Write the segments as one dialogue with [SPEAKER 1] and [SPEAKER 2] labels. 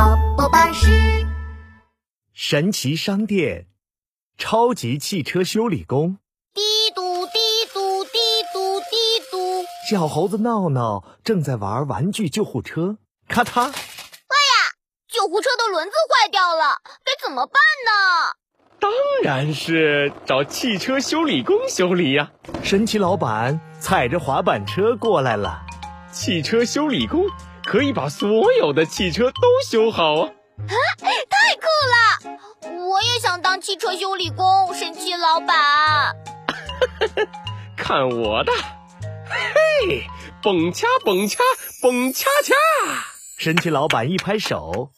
[SPEAKER 1] 老师，
[SPEAKER 2] 神奇商店，超级汽车修理工，
[SPEAKER 1] 嘀嘟嘀嘟嘀嘟嘀嘟，
[SPEAKER 2] 小猴子闹闹正在玩玩具救护车，咔嚓！
[SPEAKER 1] 救护车的轮子坏掉了，该怎么办呢？
[SPEAKER 3] 当然是找汽车修理工修理呀、
[SPEAKER 2] 神奇老板踩着滑板车过来了。
[SPEAKER 3] 汽车修理工可以把所有的汽车都修好啊！
[SPEAKER 1] 太酷了！我也想当汽车修理工，神奇老板。
[SPEAKER 3] 看我的，嘿，蹦恰蹦恰蹦恰恰！
[SPEAKER 2] 神奇老板一拍手，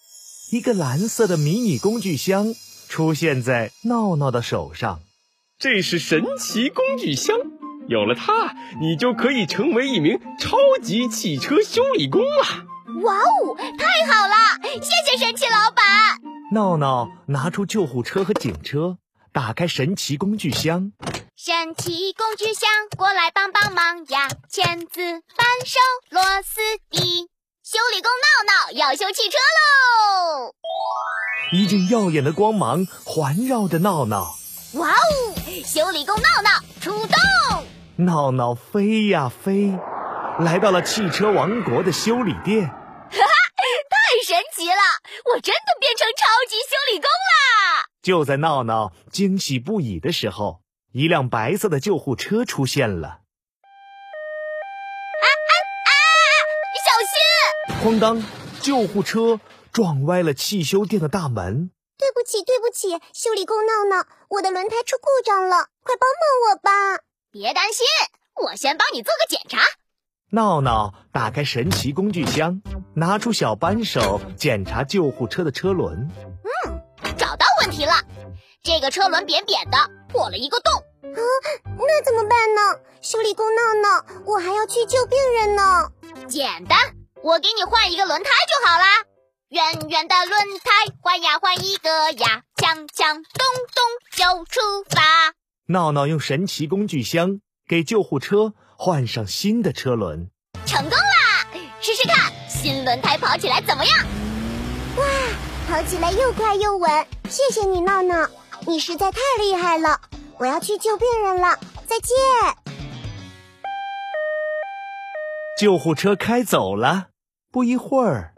[SPEAKER 2] 一个蓝色的迷你工具箱出现在闹闹的手上。
[SPEAKER 3] 这是神奇工具箱，有了它，你就可以成为一名超级汽车修理工了。
[SPEAKER 1] 哇哦，太好了！谢谢神奇老板。
[SPEAKER 2] 闹闹拿出救护车和警车，打开神奇工具箱。
[SPEAKER 1] 神奇工具箱，过来帮帮忙呀！钳子、扳手、螺丝钉，修理工闹闹要修汽车喽！
[SPEAKER 2] 一阵耀眼的光芒环绕着闹闹，
[SPEAKER 1] 哇哦，修理工闹闹出动！
[SPEAKER 2] 闹闹飞呀飞，来到了汽车王国的修理店。
[SPEAKER 1] 太神奇了，我真的变成超级修理工啦！
[SPEAKER 2] 就在闹闹惊喜不已的时候，一辆白色的救护车出现了。
[SPEAKER 1] 小心！
[SPEAKER 2] 哐当，救护车撞歪了汽修店的大门。
[SPEAKER 4] 对不起，对不起，修理工闹闹，我的轮胎出故障了，快帮帮我吧！
[SPEAKER 1] 别担心，我先帮你做个检查。
[SPEAKER 2] 闹闹打开神奇工具箱，拿出小扳手检查救护车的车轮。
[SPEAKER 1] 找到问题了，这个车轮扁扁的，破了一个洞。
[SPEAKER 4] 啊那怎么办呢？修理工闹闹，我还要去救病人呢。
[SPEAKER 1] 简单，我给你换一个轮胎就好啦。圆圆的轮胎，换呀换一个呀，锵锵咚咚就出发。
[SPEAKER 2] 闹闹用神奇工具箱给救护车换上新的车轮。
[SPEAKER 1] 成功啦！试试看，新轮胎跑起来怎么样？
[SPEAKER 4] 跑起来又快又稳，谢谢你闹闹，你实在太厉害了！我要去救病人了，再见。
[SPEAKER 2] 救护车开走了。不一会儿，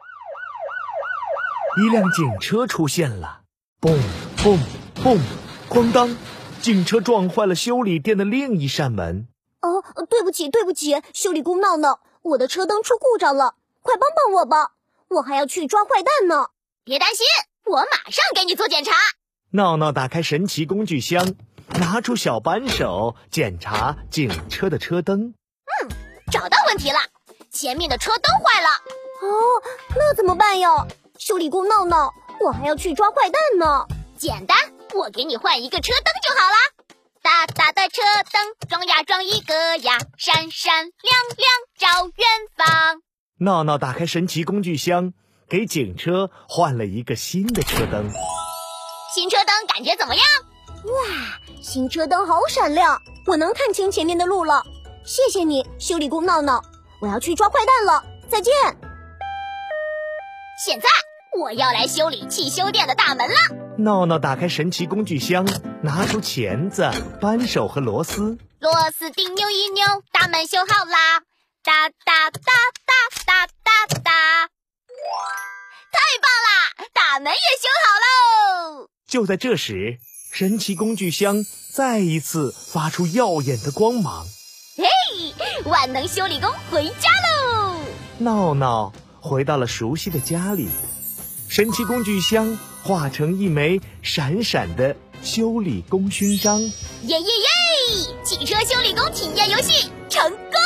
[SPEAKER 2] 一辆警车出现了，嘣嘣嘣，哐当，警车撞坏了修理店的另一扇门。
[SPEAKER 4] 哦，对不起，对不起，修理工闹闹，我的车灯出故障了，快帮帮我吧！我还要去抓坏蛋呢。
[SPEAKER 1] 别担心，我马上给你做检查。
[SPEAKER 2] 闹闹打开神奇工具箱，拿出小扳手检查警车的车灯。
[SPEAKER 1] 找到问题了，前面的车灯坏了。
[SPEAKER 4] 哦，那怎么办呀？修理工闹闹，我还要去抓坏蛋呢。
[SPEAKER 1] 简单，我给你换一个车灯就好啦。大大的车灯，装呀装一个呀，闪闪亮亮照远方。
[SPEAKER 2] 闹闹打开神奇工具箱，给警车换了一个新的车灯。
[SPEAKER 1] 新车灯感觉怎么样？
[SPEAKER 4] 新车灯好闪亮，我能看清前面的路了。谢谢你，修理工闹闹，我要去抓坏蛋了，再见。
[SPEAKER 1] 现在我要来修理汽修店的大门了。
[SPEAKER 2] 闹闹打开神奇工具箱，拿出钳子、扳手和螺丝。
[SPEAKER 1] 螺丝钉扭一扭，大门修好啦！哒哒哒哒哒哒哒，太棒啦！大门也修好喽！
[SPEAKER 2] 就在这时，神奇工具箱再一次发出耀眼的光芒。
[SPEAKER 1] 万能修理工回家喽！
[SPEAKER 2] 闹闹回到了熟悉的家里，神奇工具箱化成一枚闪闪的修理工勋章。
[SPEAKER 1] 耶耶耶！汽车修理工体验游戏成功。